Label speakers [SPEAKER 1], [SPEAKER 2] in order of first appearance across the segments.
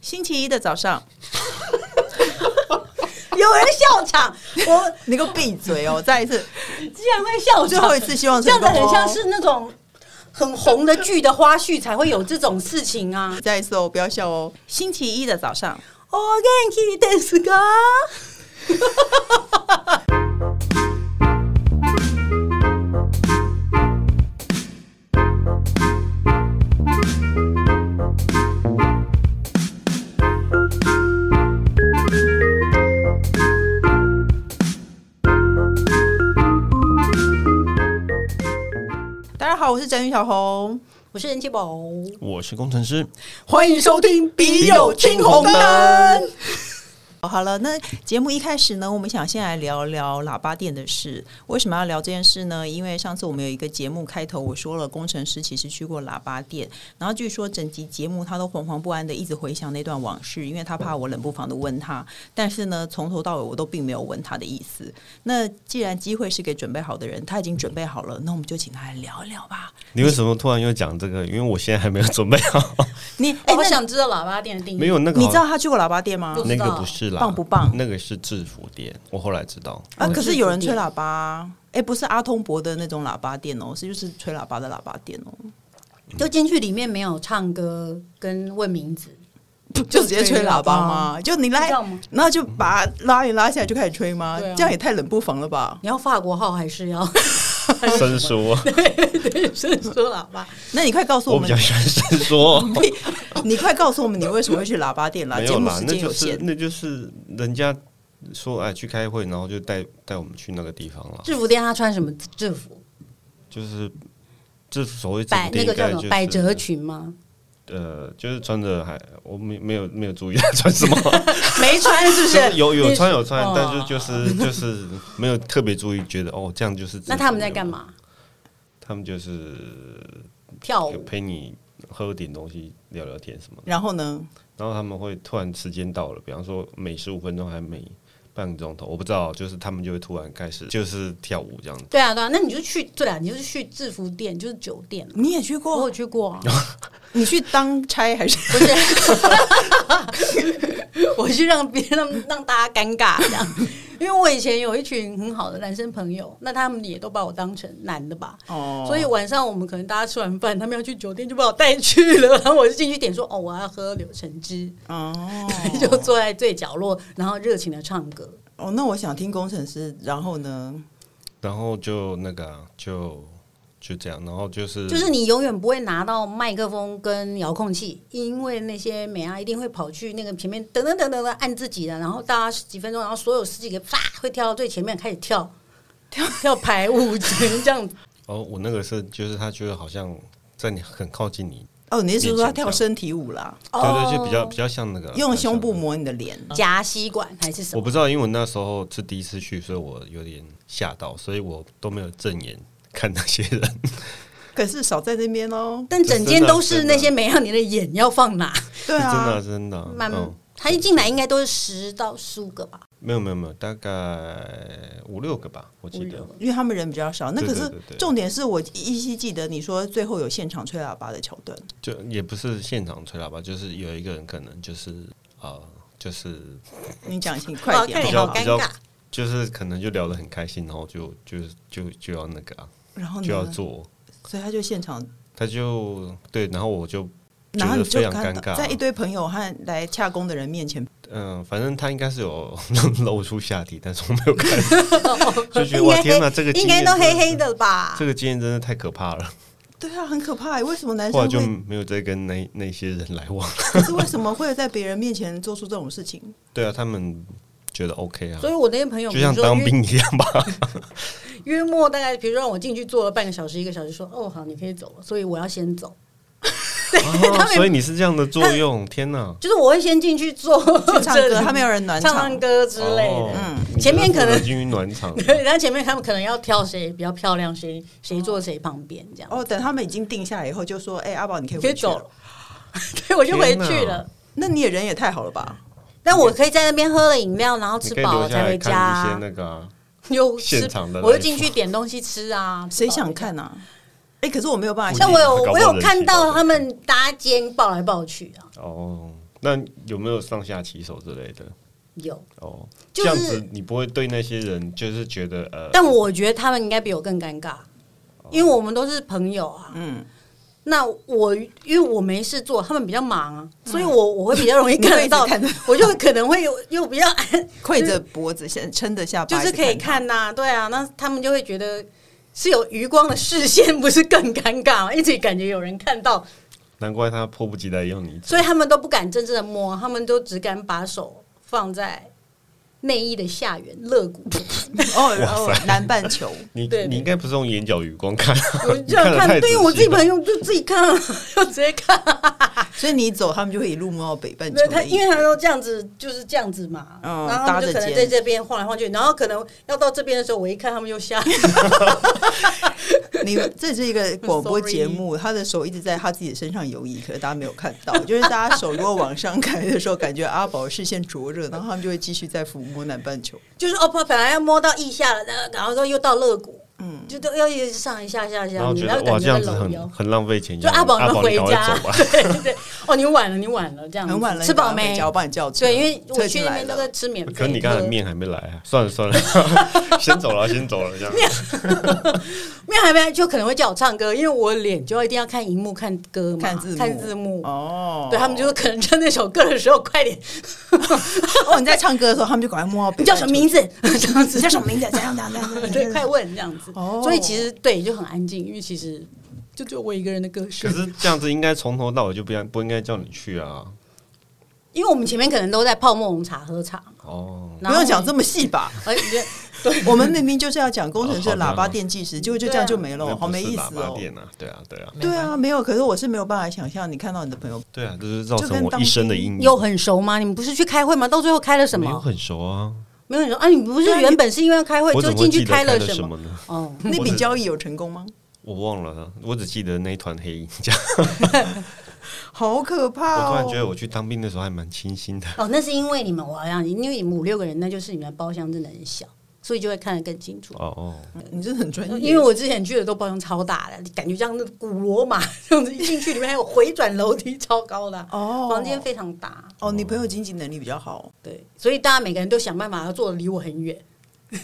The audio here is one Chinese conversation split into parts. [SPEAKER 1] 星期一的早上，
[SPEAKER 2] 有人笑场，我
[SPEAKER 1] 你给我闭嘴 哦！再一次，
[SPEAKER 2] 竟然会笑
[SPEAKER 1] 最
[SPEAKER 2] 场
[SPEAKER 1] 后，一次，希望
[SPEAKER 2] 这样
[SPEAKER 1] 成
[SPEAKER 2] 子
[SPEAKER 1] 功、哦。
[SPEAKER 2] 很像是那种很红的剧的花絮才会有这种事情啊。
[SPEAKER 1] 再一次哦，不要笑哦。星期一的早上，
[SPEAKER 2] 我跟你电视哥，
[SPEAKER 1] 大家好，我是宅女小红，
[SPEAKER 2] 我是人气宝，
[SPEAKER 3] 我是工程师，
[SPEAKER 2] 欢迎收听《
[SPEAKER 3] 笔友青红灯》。
[SPEAKER 2] 哎
[SPEAKER 1] 哦好了，那节目一开始呢，我们想先来聊聊喇叭店的事。为什么要聊这件事呢？因为上次我们有一个节目开头，我说了工程师其实去过喇叭店，然后据说整集节目他都惶惶不安的一直回想那段往事，因为他怕我冷不防的问他，但是呢，从头到尾我都并没有问他的意思。那既然机会是给准备好的人，他已经准备好了，那我们就请他来聊一聊吧。
[SPEAKER 3] 你为什么突然又讲这个？因为我现在还没有准备好，
[SPEAKER 1] 你
[SPEAKER 2] 哎，
[SPEAKER 1] 哎，
[SPEAKER 2] 我
[SPEAKER 1] 那
[SPEAKER 2] 想知道喇叭店的定义。
[SPEAKER 3] 没有那个
[SPEAKER 1] 你
[SPEAKER 3] 好
[SPEAKER 1] 知道他去过喇叭店吗？
[SPEAKER 2] 不知
[SPEAKER 3] 那
[SPEAKER 2] 道
[SPEAKER 3] 个不是啦，
[SPEAKER 1] 棒不棒
[SPEAKER 3] 那个是制服店，我后来知道。
[SPEAKER 1] 啊，
[SPEAKER 2] 哦
[SPEAKER 1] 可
[SPEAKER 2] 制
[SPEAKER 1] 是有
[SPEAKER 2] 服
[SPEAKER 1] 人吹
[SPEAKER 2] 店
[SPEAKER 1] 喇叭啊，哎、不是阿通伯的那种喇叭店哦，是就是吹喇叭的喇叭 店哦，
[SPEAKER 2] 就进去里面没有唱歌跟问名字，
[SPEAKER 1] 就直接吹喇叭吗？就你来
[SPEAKER 2] 知道吗，
[SPEAKER 1] 然后就把拉你拉起来就开始吹吗？
[SPEAKER 2] 对啊
[SPEAKER 1] 这样也太冷不防了吧？
[SPEAKER 2] 你要法国号还是要
[SPEAKER 3] 伸缩，
[SPEAKER 2] 伸缩喇叭？
[SPEAKER 1] 那你快告诉我
[SPEAKER 3] 我比
[SPEAKER 1] 们
[SPEAKER 3] 较，喜欢伸缩。
[SPEAKER 1] 你快告诉我们你为什么会去喇叭店啦？
[SPEAKER 3] 没
[SPEAKER 1] 节
[SPEAKER 3] 有
[SPEAKER 1] 目
[SPEAKER 3] 啦
[SPEAKER 1] 时，
[SPEAKER 3] 那
[SPEAKER 1] 间
[SPEAKER 3] 就
[SPEAKER 1] 有
[SPEAKER 3] 是
[SPEAKER 1] 限，
[SPEAKER 3] 那就是人家说哎去开会，然后就带带我们去那个地方了，
[SPEAKER 2] 制服店他穿什么制服？
[SPEAKER 3] 就是制服所谓制
[SPEAKER 2] 百
[SPEAKER 3] 服店
[SPEAKER 2] 那个
[SPEAKER 3] 应
[SPEAKER 2] 叫
[SPEAKER 3] 该
[SPEAKER 2] 什
[SPEAKER 3] 就
[SPEAKER 2] 么
[SPEAKER 3] 是
[SPEAKER 2] 百褶裙吗？
[SPEAKER 3] 呃，就是穿着还我没没有没有注意 他穿什么，
[SPEAKER 2] 没穿是不？
[SPEAKER 3] 就是是有有
[SPEAKER 2] 你
[SPEAKER 3] 穿有穿
[SPEAKER 2] 哦，
[SPEAKER 3] 但是就是就是没有特别注意，觉得哦这样就是。
[SPEAKER 2] 那他们在干？嘛？
[SPEAKER 3] 他们就是
[SPEAKER 1] 哦
[SPEAKER 2] 跳
[SPEAKER 3] 有
[SPEAKER 2] 舞。
[SPEAKER 3] 陪你喝点东西、聊聊天什么的。
[SPEAKER 1] 然后呢？
[SPEAKER 3] 然后他们会突然时间到了，比方说每十五分钟还每半个钟头，我不知道，就是他们就会突然开始就是跳舞这样子。
[SPEAKER 2] 对啊，对啊，那你就去，对啊，你就是去制服店，就是酒店。
[SPEAKER 1] 你也去
[SPEAKER 2] 我
[SPEAKER 1] 过
[SPEAKER 2] 有？去过啊、
[SPEAKER 1] 你去当差还 是？
[SPEAKER 2] 不是，我去让别人让让大家尴尬这样，因为我以前有一群很好的男生朋友，那他们也都把我当成男的吧，
[SPEAKER 1] 哦，
[SPEAKER 2] 所以晚上我们可能大家吃完饭，他们要去酒店就把我带去了，然后我就进去点说哦，我要喝柳橙汁，
[SPEAKER 1] 哦
[SPEAKER 2] 就坐在最角落，然后热情的唱歌。
[SPEAKER 1] 哦，那我想听工程师，然后呢？
[SPEAKER 3] 然后就那个啊、就就这样，然后就是
[SPEAKER 2] 就是你永远不会拿到麦克风跟遥控器，因为那些美啊一定会跑去那个前面等等等等的按自己的，然后大家十几分钟，然后所有十几个啪会跳到最前面开始跳跳跳排舞这样子。
[SPEAKER 3] 哦，我那个是就是他觉得好像在你很靠近你，
[SPEAKER 1] 哦，你是说他
[SPEAKER 3] 面前
[SPEAKER 1] 跳
[SPEAKER 3] 跳
[SPEAKER 1] 身体舞啦？
[SPEAKER 3] 对对，就比较
[SPEAKER 2] 哦
[SPEAKER 3] 比较像那个
[SPEAKER 1] 用胸部
[SPEAKER 3] 比较像那个
[SPEAKER 1] 磨你的脸？
[SPEAKER 2] 夹吸管还是什
[SPEAKER 3] 我
[SPEAKER 2] 么？
[SPEAKER 3] 不知道，因为我那时候是第一次去，所以我有点吓到，所以我都没有正眼看那些人。
[SPEAKER 1] 可是少在那边哦。
[SPEAKER 2] 但整间都是那些美啊，你的眼要放哪？
[SPEAKER 1] 对
[SPEAKER 3] 真的
[SPEAKER 1] 啊
[SPEAKER 3] 啊、，真的啊、
[SPEAKER 2] 慢慢
[SPEAKER 3] 嗯，，
[SPEAKER 2] 他一进来应该都是十到十五个吧。
[SPEAKER 3] 没有没有没有，大概五六个吧，我记
[SPEAKER 2] 五六
[SPEAKER 3] 得
[SPEAKER 2] 个。
[SPEAKER 1] 因为他们人比较少。那
[SPEAKER 3] 对
[SPEAKER 1] 可
[SPEAKER 3] 对
[SPEAKER 1] 是
[SPEAKER 3] 对对
[SPEAKER 1] 重点是我依稀记得你说最后有现场吹喇叭的桥段，
[SPEAKER 3] 就也不是现场吹喇叭，就是有一个人可能就是呃，就是
[SPEAKER 1] 你讲清
[SPEAKER 2] 哇
[SPEAKER 1] 快点
[SPEAKER 2] 看
[SPEAKER 3] 比
[SPEAKER 2] 你
[SPEAKER 1] 好
[SPEAKER 3] 较
[SPEAKER 1] 不好
[SPEAKER 2] 好
[SPEAKER 3] 比
[SPEAKER 2] 尴
[SPEAKER 3] 较
[SPEAKER 2] 尬。
[SPEAKER 3] 就是可能就聊得很开心，然后就就就就要那个啊，
[SPEAKER 1] 然
[SPEAKER 2] 嗯
[SPEAKER 1] 后
[SPEAKER 3] 就要
[SPEAKER 1] 呢？
[SPEAKER 3] 做，
[SPEAKER 1] 所以他就现场，
[SPEAKER 3] 他就对，然后我就觉
[SPEAKER 1] 然后你
[SPEAKER 3] 得
[SPEAKER 1] 就
[SPEAKER 3] 非常
[SPEAKER 1] 看
[SPEAKER 3] 尴
[SPEAKER 1] 到
[SPEAKER 3] 尬，
[SPEAKER 1] 在一堆朋友和来洽工的人面前，
[SPEAKER 3] 嗯、反正他应该是有 露出下体，但是我没有看，就觉得
[SPEAKER 2] 应该
[SPEAKER 3] 哇天哪，这个
[SPEAKER 2] 应该
[SPEAKER 3] 经验
[SPEAKER 2] 都
[SPEAKER 3] 真的
[SPEAKER 2] 黑黑的吧
[SPEAKER 3] 这？个经验真的太可 怕了，
[SPEAKER 1] 对啊，很可怕欸。为什么男
[SPEAKER 3] 后来
[SPEAKER 1] 生
[SPEAKER 3] 就
[SPEAKER 1] 会？
[SPEAKER 3] 没有再跟那那些人来往。
[SPEAKER 1] 可是为什么会在别人面前做出这种事情？
[SPEAKER 3] 对啊，他们觉得 OK 啊
[SPEAKER 2] 所，以我那些朋友
[SPEAKER 3] 就像
[SPEAKER 2] 比如说
[SPEAKER 3] 当
[SPEAKER 2] 约
[SPEAKER 3] 兵一样吧。
[SPEAKER 2] 约莫大概，比如说让我进去坐了半个小时、一个小时，说哦好，你可以走了，所以我要先走。 他
[SPEAKER 3] 哦
[SPEAKER 2] 们
[SPEAKER 3] 所以你是这样的作用，天哪！
[SPEAKER 2] 就是我会先进去坐
[SPEAKER 1] 去唱
[SPEAKER 2] 这
[SPEAKER 1] 歌，
[SPEAKER 2] 里
[SPEAKER 1] 他们有人暖
[SPEAKER 2] 唱
[SPEAKER 1] 场
[SPEAKER 2] 唱。歌之类的。
[SPEAKER 3] 哦
[SPEAKER 1] 嗯，
[SPEAKER 3] 你
[SPEAKER 2] 前面
[SPEAKER 3] 就是
[SPEAKER 2] 可能
[SPEAKER 3] 负责进军暖 场，
[SPEAKER 2] 对，然后前面他们可能要挑谁比较漂亮，谁谁坐谁旁边这样。
[SPEAKER 1] 哦，等他们已经定下来以后，就说：“哎、阿宝，你可以
[SPEAKER 2] 可
[SPEAKER 1] 回
[SPEAKER 2] 以
[SPEAKER 1] 去
[SPEAKER 2] 走了。 对，我就回去
[SPEAKER 3] 天
[SPEAKER 2] 了
[SPEAKER 3] 哪。
[SPEAKER 1] 那你也人也太好了吧？
[SPEAKER 2] 但我可以在那边喝了饮料，然后
[SPEAKER 3] 你
[SPEAKER 2] 吃
[SPEAKER 3] 可以
[SPEAKER 2] 饱
[SPEAKER 3] 留
[SPEAKER 2] 了
[SPEAKER 3] 下
[SPEAKER 2] 才
[SPEAKER 3] 来
[SPEAKER 2] 回
[SPEAKER 3] 看
[SPEAKER 2] 家
[SPEAKER 3] 一些
[SPEAKER 2] 啊。
[SPEAKER 3] 那个啊
[SPEAKER 2] 又吃
[SPEAKER 3] 现场的
[SPEAKER 2] 我又
[SPEAKER 3] live
[SPEAKER 2] 进去点东西吃啊。
[SPEAKER 1] 谁
[SPEAKER 2] 吃饱了
[SPEAKER 1] 想
[SPEAKER 2] 回家？
[SPEAKER 1] 看啊？哎、可是我没有办法
[SPEAKER 3] 我
[SPEAKER 1] 想
[SPEAKER 2] 像我有
[SPEAKER 3] 搞不好
[SPEAKER 2] 我有
[SPEAKER 3] 人
[SPEAKER 2] 看
[SPEAKER 3] 气
[SPEAKER 2] 到
[SPEAKER 3] 爆
[SPEAKER 2] 他们搭肩抱来抱去啊。
[SPEAKER 3] 哦，那有没有上下其手之类的？
[SPEAKER 2] 有，
[SPEAKER 3] 哦，
[SPEAKER 2] 就
[SPEAKER 3] 这样
[SPEAKER 2] 是
[SPEAKER 3] 子你不会对那些人就是觉得呃，
[SPEAKER 2] 但我觉得他们应该比我更尴尬，
[SPEAKER 3] 哦
[SPEAKER 2] 因为我们都是朋友啊。嗯，那我因为我没事做，他们比较忙啊，
[SPEAKER 3] 嗯
[SPEAKER 2] 所以我我会比较容易
[SPEAKER 1] 你会一直
[SPEAKER 2] 看 到
[SPEAKER 1] 看着，
[SPEAKER 2] 我就可能会有又比较
[SPEAKER 1] 跪着脖子先撑着下巴，
[SPEAKER 2] 就是可以
[SPEAKER 1] 一直
[SPEAKER 2] 看呐、对啊，那他们就会觉得是有余光的视线，不是更尴尬吗？一直感觉有人看到，
[SPEAKER 3] 难怪他迫不及待要你走。
[SPEAKER 2] 所以他们都不敢真正的摸，他们都只敢把手放在内衣的下缘肋骨，
[SPEAKER 1] 看他。哦哦，南半球，
[SPEAKER 3] 你
[SPEAKER 2] 对对
[SPEAKER 3] 你应该不是用眼角余光看，啊
[SPEAKER 2] 我
[SPEAKER 3] 你
[SPEAKER 2] 这样
[SPEAKER 3] 得太
[SPEAKER 2] 看，对于
[SPEAKER 3] 仔
[SPEAKER 2] 我
[SPEAKER 3] 细
[SPEAKER 2] 自己
[SPEAKER 3] 了
[SPEAKER 2] 朋友就自己看啊， 就直接看啊、
[SPEAKER 1] 所以你一走，他们就会一路摸到北半球
[SPEAKER 2] 没有
[SPEAKER 1] 的意思。
[SPEAKER 2] 他，因为他都这样子，就是这样子嘛。
[SPEAKER 1] 嗯
[SPEAKER 2] 然后他们就可
[SPEAKER 1] 搭着
[SPEAKER 2] 能
[SPEAKER 1] 肩
[SPEAKER 2] 在这边晃来晃去，然后可能要到这边的时候，我一看他们又下。
[SPEAKER 1] 你这是一个广播节目，他的手一直在他自己的身上游移，可是大家没有看 到。就是大家手如果往上开的时候，感觉阿宝视线灼热，然后他们就会继续在抚摸南半球。
[SPEAKER 2] 就是哦，本本来要摸到腋下了，然后然后说又到肋骨，嗯，就都要一直上一下下下，
[SPEAKER 3] 然后觉
[SPEAKER 2] 然
[SPEAKER 3] 得
[SPEAKER 2] 后
[SPEAKER 3] 哇
[SPEAKER 2] 感
[SPEAKER 3] 这
[SPEAKER 2] 觉
[SPEAKER 3] 样
[SPEAKER 2] 在
[SPEAKER 3] 子
[SPEAKER 2] 搂
[SPEAKER 3] 很
[SPEAKER 2] 腰。
[SPEAKER 3] 很浪费钱，
[SPEAKER 2] 就阿宝
[SPEAKER 3] 阿
[SPEAKER 2] 能
[SPEAKER 3] 宝
[SPEAKER 2] 回
[SPEAKER 3] 你赶
[SPEAKER 2] 家
[SPEAKER 3] 快 走，吧。
[SPEAKER 2] 对对，哦，你晚了，你晚了，这样子
[SPEAKER 1] 很晚了，
[SPEAKER 2] 嗯吃饱
[SPEAKER 1] 你赶快回
[SPEAKER 2] 没
[SPEAKER 1] 家？我帮你叫车。
[SPEAKER 2] 对，因为我
[SPEAKER 1] 车
[SPEAKER 2] 去
[SPEAKER 1] 进
[SPEAKER 2] 那
[SPEAKER 1] 来
[SPEAKER 2] 边都
[SPEAKER 1] 了
[SPEAKER 2] 在吃免费。
[SPEAKER 3] 可你刚才
[SPEAKER 2] 喝
[SPEAKER 3] 面还没 来啊？算了算了， 先走了先走了，这样
[SPEAKER 2] 没有还没，就可能会叫我唱歌，因为我脸就一定要看荧幕看歌嘛，
[SPEAKER 1] 看字幕
[SPEAKER 2] 看字幕。
[SPEAKER 1] 哦，
[SPEAKER 2] 对他们就可能唱那首歌的时候，快点，
[SPEAKER 1] 哦，你在唱歌的时候，他们就赶快摸到北
[SPEAKER 2] 你
[SPEAKER 1] 半球。
[SPEAKER 2] 叫什么名字？ 这样子
[SPEAKER 1] 你叫什么 名字？怎样怎样怎样怎样？
[SPEAKER 2] 对，快问这样子。
[SPEAKER 1] 哦
[SPEAKER 2] 所以其实对就很安静，因为其实就只有我一个人的歌
[SPEAKER 3] 可
[SPEAKER 2] 声。
[SPEAKER 3] 是这样子应该从头到尾就不应不应该叫你去啊。
[SPEAKER 2] 因为我们前面可能都在泡沫红茶喝茶，
[SPEAKER 3] 哦，
[SPEAKER 1] 不用讲这么细 吧？
[SPEAKER 2] 么，而且
[SPEAKER 1] 我们明明就是要讲工程师的
[SPEAKER 3] 哦好的
[SPEAKER 1] 喇叭电技师，结
[SPEAKER 2] 啊
[SPEAKER 1] 果就这样就没
[SPEAKER 3] 那
[SPEAKER 1] 了，
[SPEAKER 3] 不
[SPEAKER 1] 好没
[SPEAKER 3] 是
[SPEAKER 1] 意
[SPEAKER 3] 喇
[SPEAKER 1] 思
[SPEAKER 3] 叭
[SPEAKER 1] 哦。
[SPEAKER 3] 店啊，对啊对啊
[SPEAKER 1] 对啊，没有。可是我是没有办法想象，你看到你的 朋友
[SPEAKER 3] 对啊，这是造
[SPEAKER 1] 就跟
[SPEAKER 3] 成我
[SPEAKER 1] 当
[SPEAKER 3] 一生的
[SPEAKER 1] 兵
[SPEAKER 3] 阴影。
[SPEAKER 2] 有很熟吗？你们不是去开会吗？到最后开了什
[SPEAKER 3] 没有
[SPEAKER 2] 么？
[SPEAKER 3] 很熟啊，
[SPEAKER 2] 没有很熟啊！你不是
[SPEAKER 1] 对啊你
[SPEAKER 2] 原本是因为要开会，
[SPEAKER 3] 我
[SPEAKER 2] 就
[SPEAKER 3] 怎么
[SPEAKER 2] 进
[SPEAKER 3] 会
[SPEAKER 2] 去
[SPEAKER 3] 记得
[SPEAKER 2] 开
[SPEAKER 3] 了
[SPEAKER 2] 了什
[SPEAKER 3] 什
[SPEAKER 2] 么？
[SPEAKER 3] 么呢？
[SPEAKER 2] 哦，
[SPEAKER 1] 那笔交易有成功吗？
[SPEAKER 3] 我忘了，啊我只记得那一团黑影。
[SPEAKER 1] 好可怕
[SPEAKER 3] 我
[SPEAKER 1] 哦！
[SPEAKER 3] 突然觉得我去当兵的时候还蛮清新的。
[SPEAKER 2] 哦，那是因为你们，我好像因为你们五六个人，那就是你们的包厢真的很小，所以就会看得更清楚。
[SPEAKER 3] 哦哦，
[SPEAKER 1] 你真的很专业，
[SPEAKER 2] 因为我之前去的都包厢超大的，感觉像那古罗马这样子，一进去里面还有回转楼梯，超高的啊、
[SPEAKER 1] 哦
[SPEAKER 2] 房间非常大。
[SPEAKER 1] 哦，你朋友经济能力比较好，
[SPEAKER 2] 对，所以大家每个人都想办法要坐得离我很 远，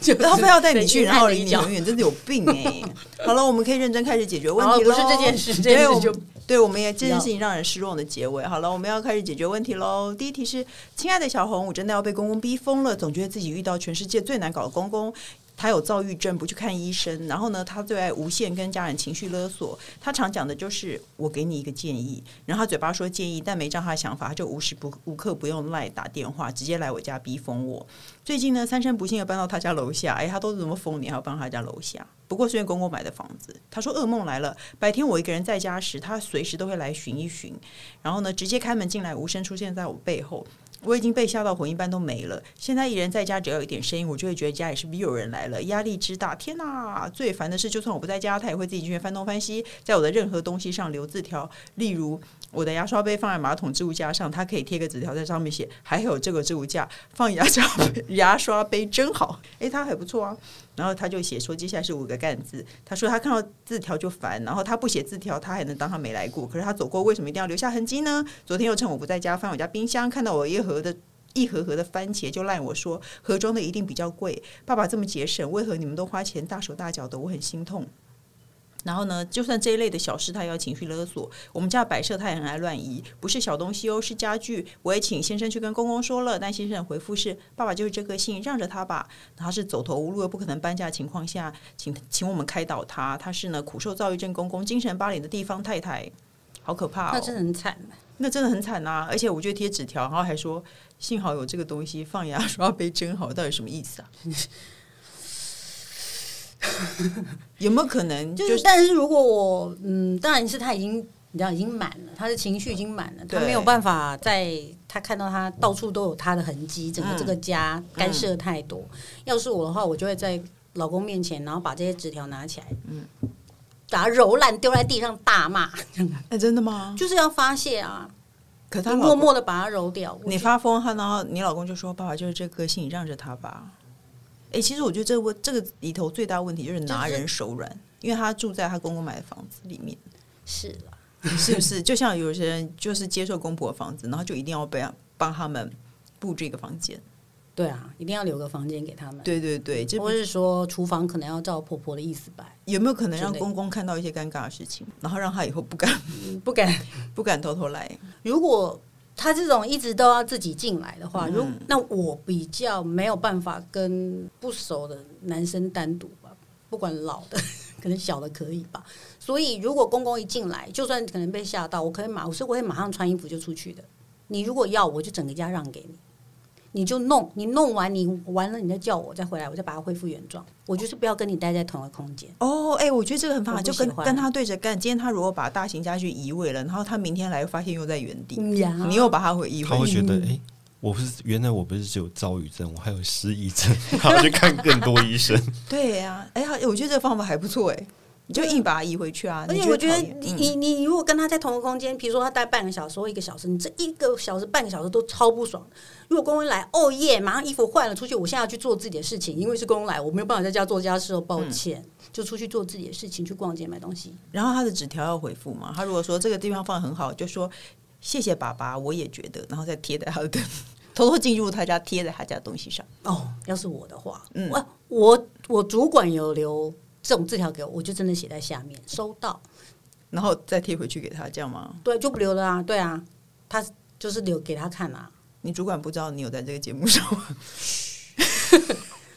[SPEAKER 2] 就
[SPEAKER 1] 然后非要带你去，
[SPEAKER 2] 对
[SPEAKER 1] 然后
[SPEAKER 2] 阴暗的
[SPEAKER 1] 离
[SPEAKER 2] 一
[SPEAKER 1] 你
[SPEAKER 2] 角
[SPEAKER 1] 很远，真的有病哎、 好了，我们可以认真开始解决问
[SPEAKER 2] 然后
[SPEAKER 1] 题
[SPEAKER 2] 不
[SPEAKER 1] 了。
[SPEAKER 2] 是这件事，这
[SPEAKER 1] 对，
[SPEAKER 2] 件
[SPEAKER 1] 我
[SPEAKER 2] 事
[SPEAKER 1] 们
[SPEAKER 2] 就
[SPEAKER 1] 对，我们也这件
[SPEAKER 2] 不要
[SPEAKER 1] 事情让人失望的结尾。好了，我们要开始解决问题喽。第一题是：亲爱的小红，我真的要被公公逼疯了，总觉得自己遇到全世界最难搞的公公。他有躁郁症，不去看医生，然后呢，他最爱无限跟家人情绪勒索。他常讲的就是“我给你一个建议”，然后他嘴巴说建议，但没照他的想法，他就无时不无刻不用赖打电话，直接来我家逼疯我。最近呢，三生不幸的搬到他家楼下，哎，他都怎么疯你，还要搬他家楼下？不过是因为公公买的房子。他说噩梦来了，白天我一个人在家时，他随时都会来巡一巡，然后呢，直接开门进来，无声出现在我背后。我已经被吓到魂一般都没了。现在一人在家，只要有一点声音，我就会觉得家里是不是又有人来了，压力之大，天哪！最烦的是，就算我不在家，他也会自己进去翻东翻西，在我的任何东西上留字条，例如我的牙刷杯放在马桶置物架上，他可以贴个纸条在上面写“还有这个置物架放牙刷杯牙刷杯真好”，诶，他还不错啊。然后他就写说接下来是五个干字，他说他看到字条就烦，然后他不写字条，他还能当他没来过。可是他走过，为什么一定要留下痕迹呢？昨天又趁我不在家，翻我家冰箱，看到我一盒的。一盒盒的番茄就赖我说盒装的一定比较贵，爸爸这么节省，为何你们都花钱大手大脚的？我很心痛。然后呢，就算这一类的小事，他也要情绪勒索。我们家的摆设他也很爱乱移，不是小东西哦，是家具。我也请先生去跟公公说了，但先生的回复是：爸爸就是这个性，让着他吧。他是走投无路又不可能搬家的情况下，请请我们开导他。他是呢苦受躁郁症公公，精神巴脸的地方太太，好可怕、哦！
[SPEAKER 2] 那真的很惨。
[SPEAKER 1] 那真的很惨呐、而且我就贴纸条，然后还说幸好有这个东西，放牙刷杯真好，到底什么意 思啊？有没有可能
[SPEAKER 2] 就，
[SPEAKER 1] 就是是
[SPEAKER 2] 但是如果我嗯，当然是他已经你知道已经满了，他的情绪已经满了，他
[SPEAKER 1] 对
[SPEAKER 2] 没有办法在他看到他到处都有他的痕迹，整个这个家干涉太多。要是我的话，我就会在老公面前，然后把这些纸条拿起来，嗯，把它揉烂丢在地上大骂，
[SPEAKER 1] 哎、真的吗？
[SPEAKER 2] 就是要发泄啊，
[SPEAKER 1] 可他
[SPEAKER 2] 就
[SPEAKER 1] 老
[SPEAKER 2] 默
[SPEAKER 1] 公
[SPEAKER 2] 默的把它揉掉。我
[SPEAKER 1] 你
[SPEAKER 2] 就
[SPEAKER 1] 发疯，他然后你老公就说：“爸爸就是这个个性，你让着他吧。”哎、其实我觉得这个问这个里 头最大问题就是拿人手软，因为他住在他公公买的房子里面。
[SPEAKER 2] 是了，
[SPEAKER 1] 是不是？就像有些人就是接受公婆的房子，然后就一定要被帮他们布置一个房间。
[SPEAKER 2] 对啊，一定要留个房间给他们，
[SPEAKER 1] 对对对，这
[SPEAKER 2] 或是说厨房可能要照婆婆的意思摆，
[SPEAKER 1] 有没有可能让
[SPEAKER 2] 之类的
[SPEAKER 1] 公公看到一些尴尬的事情，然后让他以后不敢
[SPEAKER 2] 不敢
[SPEAKER 1] 不敢偷偷来？
[SPEAKER 2] 如果他这种一直都要自己进来的话，如
[SPEAKER 1] 嗯
[SPEAKER 2] 那我比较没有办法跟不熟的男生单独吧，不管老的 可能小的可以吧。所以如果公公一进来，就算可能被吓到，我可以马我是会马上穿衣服就出去的。你如果要，我就整个家让给你。你就弄，你弄完你完了，你再叫我再回来，我再把它恢复原状。我就是不要跟你待在同一个空间。
[SPEAKER 1] 哦，哎、我觉得这个很方法，
[SPEAKER 2] 我不
[SPEAKER 1] 就跟
[SPEAKER 2] 喜欢
[SPEAKER 1] 跟他对着干。今天他如果把大型家具移位了，然后他明天来发现又在原地，
[SPEAKER 2] 嗯呀
[SPEAKER 1] 你又把他回移
[SPEAKER 3] 他
[SPEAKER 1] 位嗯
[SPEAKER 3] 会，觉得，哎、我不是原来我不是只有躁郁症，我还有失忆症， 他要去看更多医生。
[SPEAKER 1] 对呀、哎、呀，我觉得这个方法还不错哎、你就硬把它移回去啊。
[SPEAKER 2] 而
[SPEAKER 1] 你
[SPEAKER 2] 且
[SPEAKER 1] 就
[SPEAKER 2] 我觉得
[SPEAKER 1] 讨厌
[SPEAKER 2] 你你你如果跟他在同一个空间，比如说他待半个小时或一个小时，你这一个小时半个小时都超不爽。如果公公来，哦耶，马上衣服换了出去，我现在要去做自己的事情，因为是公公来，我没有办法在家做家事哦，抱
[SPEAKER 1] 嗯
[SPEAKER 2] 歉，就出去做自己的事情，去逛街买东西。
[SPEAKER 1] 然后他的纸条要回复嘛，他如果说这个地方放的很好，就说谢谢爸爸，我也觉得，然后再贴在他的 灯，偷偷进入他家贴在他家东西上。
[SPEAKER 2] 哦，要是我的话，
[SPEAKER 1] 嗯
[SPEAKER 2] 我我我主管有留这种字条给我，我就真的写在下面，收到，
[SPEAKER 1] 然后再贴回去给他，这样吗？
[SPEAKER 2] 对，就不留了啊，对啊，他就是留给他看啊。
[SPEAKER 1] 你主管不知道你有在这个节目上吗？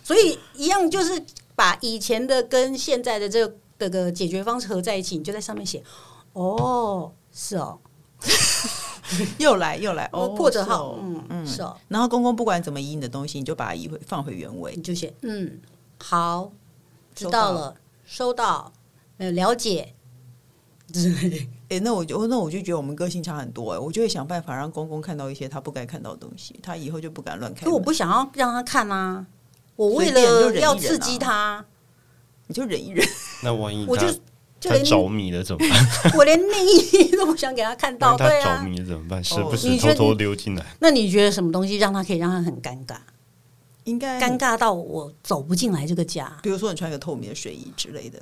[SPEAKER 2] 所以一样就是把以前的跟现在的这这个解决方式合在一起，你就在上面写哦，是哦，
[SPEAKER 1] 又来又来
[SPEAKER 2] 哦
[SPEAKER 1] 哦，
[SPEAKER 2] 破折
[SPEAKER 1] 是
[SPEAKER 2] 号，
[SPEAKER 1] 哦
[SPEAKER 2] 嗯嗯，是哦，
[SPEAKER 1] 然后公公不管怎么移你的东西，你就把它移回放回原位
[SPEAKER 2] 你。就写嗯，好，知
[SPEAKER 1] 收
[SPEAKER 2] 道
[SPEAKER 1] 到
[SPEAKER 2] 了，收到，没有了解之类，
[SPEAKER 1] 诶，那我就那我就觉得我们个性差很多、诶，我就会想办法让公公看到一些他不该看到的东西，他以后就不敢乱
[SPEAKER 2] 可
[SPEAKER 1] 看
[SPEAKER 2] 是。我不想要让他看啊，我为
[SPEAKER 1] 随便就忍
[SPEAKER 2] 了
[SPEAKER 1] 一
[SPEAKER 2] 要
[SPEAKER 1] 忍
[SPEAKER 2] 刺激
[SPEAKER 1] 啊
[SPEAKER 2] 他，
[SPEAKER 1] 你就忍一 忍，
[SPEAKER 3] 那万一
[SPEAKER 2] 我就
[SPEAKER 3] 他
[SPEAKER 2] 就
[SPEAKER 3] 他
[SPEAKER 2] 连
[SPEAKER 3] 着迷了怎么办？
[SPEAKER 2] 我连内衣都不想给他看到，
[SPEAKER 3] 万 一他
[SPEAKER 2] 对
[SPEAKER 3] 着
[SPEAKER 2] 啊。
[SPEAKER 3] 迷了怎么办？时不
[SPEAKER 2] 你
[SPEAKER 3] 时
[SPEAKER 2] 觉得
[SPEAKER 3] 偷偷
[SPEAKER 2] 你
[SPEAKER 3] 溜进来，
[SPEAKER 2] 那你觉得什么东西让他可以让他很尴尬？
[SPEAKER 1] 应该
[SPEAKER 2] 尴。尬到我走不进来这个家？
[SPEAKER 1] 比如说你穿一个透明的睡衣之类的，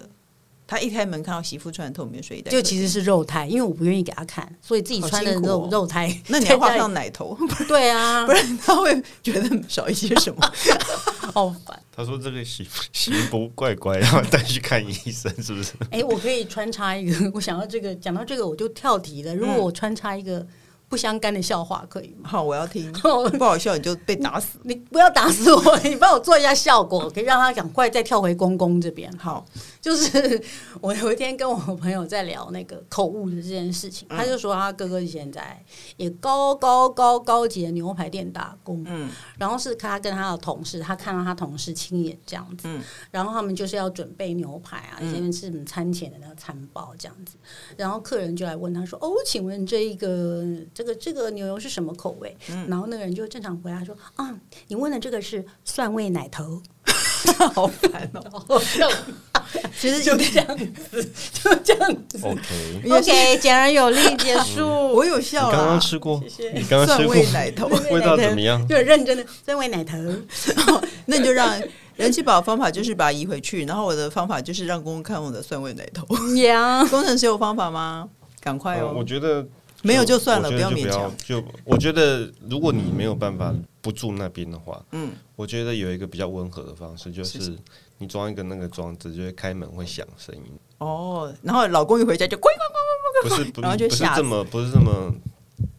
[SPEAKER 1] 他一开门看到媳妇穿的透明的睡衣，
[SPEAKER 2] 就其实是肉胎，因为我不愿意给他看，所以自己穿的
[SPEAKER 1] 好辛
[SPEAKER 2] 肉、
[SPEAKER 1] 苦哦
[SPEAKER 2] 肉胎。
[SPEAKER 1] 那你要画
[SPEAKER 2] 在家
[SPEAKER 1] 上
[SPEAKER 2] 里
[SPEAKER 1] 奶头，不然
[SPEAKER 2] 对 啊，
[SPEAKER 1] 不然他会觉得少一些什 么。
[SPEAKER 2] 好烦。
[SPEAKER 3] 他说这个媳妇媳妇怪怪，然后带去看医生，是不是？
[SPEAKER 2] 哎、我可以穿插一个，我 想到这个，讲到这个我就跳题了。如果
[SPEAKER 1] 嗯
[SPEAKER 2] 我穿插一个不相干的笑话，可以吗？
[SPEAKER 1] 好，我要听，
[SPEAKER 2] 好
[SPEAKER 1] 不好笑你就被打死。
[SPEAKER 2] 你不要打死我， 你帮我做一下效果，可以让他赶快再跳回公公这边。
[SPEAKER 1] 好，
[SPEAKER 2] 就是 我有一天跟我朋友在聊那个口误的这件事情，
[SPEAKER 1] 嗯
[SPEAKER 2] 他就说他哥哥现在也高高高高级的牛排店打工，
[SPEAKER 1] 嗯
[SPEAKER 2] 然后是他跟他的同事，他看到他同事亲眼这样子，
[SPEAKER 1] 嗯
[SPEAKER 2] 然后他们就是要准备牛排啊，
[SPEAKER 1] 嗯
[SPEAKER 2] 这边是餐前的那个餐包这样子，然后客人就来问他说：“哦，请问这一个这个这个牛油是什么口味？”
[SPEAKER 1] 嗯
[SPEAKER 2] 然后那个人就正常回答说：“啊，你问的这个是蒜味奶头。”
[SPEAKER 1] 好烦哦。
[SPEAKER 2] 其实就这样子，就这 样子。
[SPEAKER 3] OK，
[SPEAKER 1] 也是
[SPEAKER 2] OK，简而有力，结束。
[SPEAKER 1] 我有笑
[SPEAKER 3] 你
[SPEAKER 1] 啦，
[SPEAKER 3] 刚刚吃过，
[SPEAKER 2] 谢谢
[SPEAKER 3] 你刚刚吃
[SPEAKER 1] 蒜
[SPEAKER 3] 过
[SPEAKER 1] 味奶头，
[SPEAKER 3] 味道怎么样？
[SPEAKER 2] 就很认真的酸味 奶头，
[SPEAKER 1] 那你就让人气宝的方法就是把它移回去，然后我的方法就是让公公看我的蒜味奶头。
[SPEAKER 2] 呀，
[SPEAKER 1] 工程师有方法吗？赶快
[SPEAKER 3] 呃我
[SPEAKER 1] 哦，
[SPEAKER 3] 觉得
[SPEAKER 1] 没有就算了，
[SPEAKER 3] 我
[SPEAKER 1] 不
[SPEAKER 3] 觉得
[SPEAKER 1] 要
[SPEAKER 3] 就不
[SPEAKER 1] 勉
[SPEAKER 3] 要
[SPEAKER 1] 强。。
[SPEAKER 3] 就我觉得，如果你没有办法不住那边的话，
[SPEAKER 1] 嗯，
[SPEAKER 3] 我觉得有一个比较温和的方式，就是是你装一个那个装置，就是开门会响 声音，
[SPEAKER 1] 哦，然后老公一回家就乖乖
[SPEAKER 3] 不是不
[SPEAKER 1] 然后
[SPEAKER 3] 是
[SPEAKER 1] 就
[SPEAKER 3] 不是
[SPEAKER 1] 吓死
[SPEAKER 3] 这么不是这么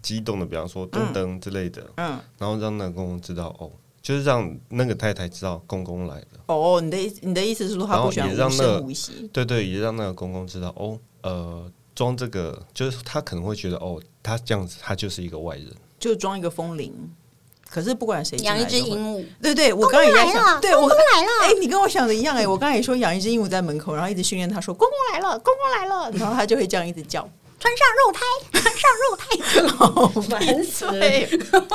[SPEAKER 3] 激动的，比方说噔噔之类的，
[SPEAKER 1] 嗯，
[SPEAKER 3] 然后让那个公公知道哦，就是让那个太太知道公公来了，
[SPEAKER 1] 哦，你的意你的意思是说他不喜欢
[SPEAKER 3] 然后
[SPEAKER 1] 无
[SPEAKER 3] 啊也让那
[SPEAKER 1] 声无息？
[SPEAKER 3] 对对，也让那个公公知道哦，呃，装这个就是他可能会觉得哦，他这样子他就是一个外人。
[SPEAKER 1] 就装一个风铃。可是不管谁进
[SPEAKER 2] 养
[SPEAKER 1] 来
[SPEAKER 2] 一只
[SPEAKER 1] 都会
[SPEAKER 2] 鹦，鹉，
[SPEAKER 1] 对对，我刚刚也在
[SPEAKER 2] 来了
[SPEAKER 1] 想，对我
[SPEAKER 2] 公公来了
[SPEAKER 1] 哎、你跟我想的一样哎、我刚才也说养一只鹦鹉在门口，然后一直训练它说“公公来了，公公来了”，然后它就会这样一直叫。
[SPEAKER 2] 穿上肉胎，穿上 肉胎，烦死了。
[SPEAKER 1] 对，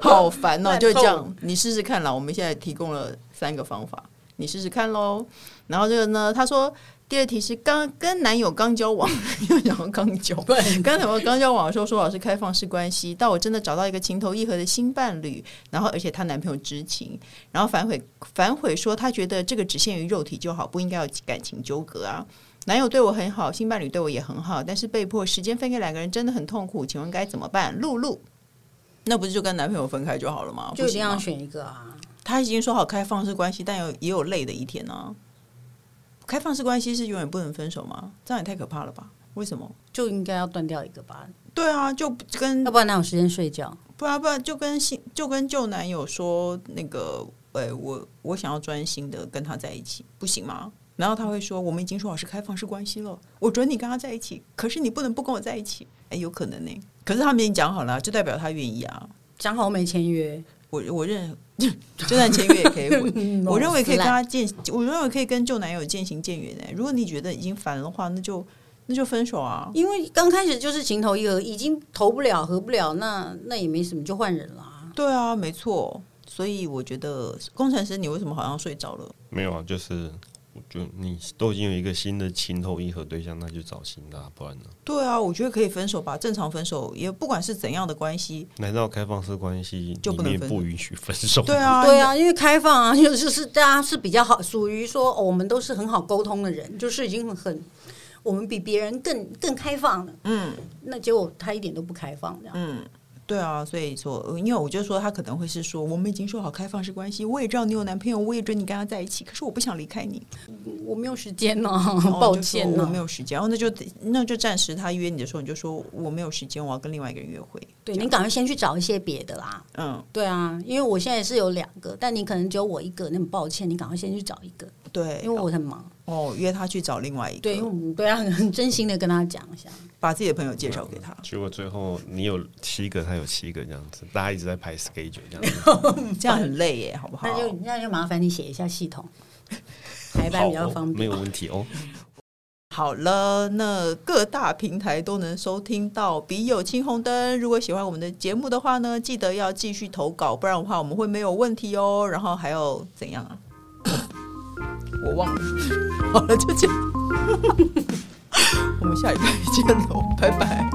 [SPEAKER 1] 好烦哦、
[SPEAKER 2] 烂透
[SPEAKER 1] 就这样，你试试看啦。我们现在提供了三个方法，你试试看喽。然后这个呢，他说第二题是刚跟男友刚交往， 又讲到刚交往，跟男友 刚交往的时候说好是开放式关系，到我真的找到一个情投意合的新伴侣，然后而且她男朋友知情，然后反悔反悔说他觉得这个只限于肉体就好，不应该有感情纠葛啊。男友对我很好，性伴侣对我也很好，但是被迫时间分给两个人真的很痛苦，请问该怎么办？露露，那不是就跟男朋友分开就好了吗？
[SPEAKER 2] 就
[SPEAKER 1] 不
[SPEAKER 2] 一定
[SPEAKER 1] 行
[SPEAKER 2] 要
[SPEAKER 1] 吗
[SPEAKER 2] 选一个啊。
[SPEAKER 1] 他已经说好开放式关系，但有也有累的一天啊。开放式关系是永远不能分手吗？这样也太可怕了吧？为什么？
[SPEAKER 2] 就应该要断掉一个吧，
[SPEAKER 1] 对啊，就跟
[SPEAKER 2] 要不然哪有时间睡觉？
[SPEAKER 1] 不啊然不然就跟新就跟旧男友说那个，呃、我我想要专心的跟他在一起，不行吗？然后他会说，我们已经说好是开放式关系了，我准你跟他在一起，可是你不能不跟我在一起。哎，有可能呢、可是他们已经讲好了啊，就代表他愿意啊。
[SPEAKER 2] 讲好没签约，
[SPEAKER 1] 我我认， 就算签约也可以回，嗯 我认为可以跟他渐，我认为可以跟旧男友渐行渐远诶、如果你觉得已经烦的话，那就那就分手啊。
[SPEAKER 2] 因为刚开始就是情投意合，已经投不了、合不了，那那也没什么，就换人啦。
[SPEAKER 1] 对啊，没错。所以我觉得工程师，你为什么好像睡着了？
[SPEAKER 3] 没有啊，就是我就你都已经有一个新的情投意合对象，那就找新的、啊，不然呢？
[SPEAKER 1] 对啊，我觉得可以分手吧，正常分手也不管是怎样的关系。
[SPEAKER 3] 难道开放式关系
[SPEAKER 1] 就
[SPEAKER 3] 里
[SPEAKER 1] 不能
[SPEAKER 3] 面
[SPEAKER 1] 分
[SPEAKER 3] 不允许分手？
[SPEAKER 1] 对，啊，
[SPEAKER 2] 对啊，因为开放啊， 就是就是大家是比较好，属于说、哦我们都是很好沟通的人，就是已经很我们比别人更更开放了。嗯，那结果他一点都不开放，这样、
[SPEAKER 1] 对啊，所以说，呃因为我就说他可能会是说，我们已经说好开放式关系，我也知道你有男朋友，我也准你跟他在一起，可是我不想离开你。
[SPEAKER 2] 我没有时间呢、
[SPEAKER 1] 然后
[SPEAKER 2] 抱
[SPEAKER 1] 哦就说
[SPEAKER 2] 歉啊呢、
[SPEAKER 1] 我没有时间。然哦后那就那就暂时他约你的时候，你就说我没有时间，我要跟另外一个人约会。
[SPEAKER 2] 对你赶快先去找一些别的啦。
[SPEAKER 1] 嗯，
[SPEAKER 2] 对啊，因为我现在是有两个，但你可能只有我一个，那很抱歉，你赶快先去找一个，
[SPEAKER 1] 对，
[SPEAKER 2] 哎因为我很忙。
[SPEAKER 1] 哦约他去找另外一
[SPEAKER 2] 对，因为我
[SPEAKER 1] 个，
[SPEAKER 2] 们对啊，很真心的跟他讲一下。
[SPEAKER 1] 把自己的朋友介绍给他，
[SPEAKER 3] 结果最后你有七个，他有七个这样子，大家一直在排 schedule 这样子。
[SPEAKER 1] 这样很累耶，好不好？
[SPEAKER 2] 嗯那就那就麻烦你写一下系 统，排班比较方
[SPEAKER 3] 没
[SPEAKER 2] 便
[SPEAKER 3] 有。问题哦。
[SPEAKER 1] 好了，那各大平台都能收听到《笔友青红灯》。如果喜欢我们的节目的话呢，记得要继续投稿，不然的话我们会没有问题哦。然后还有怎样啊？我忘了。 好了，就这样。 我们下礼拜见喽，拜拜。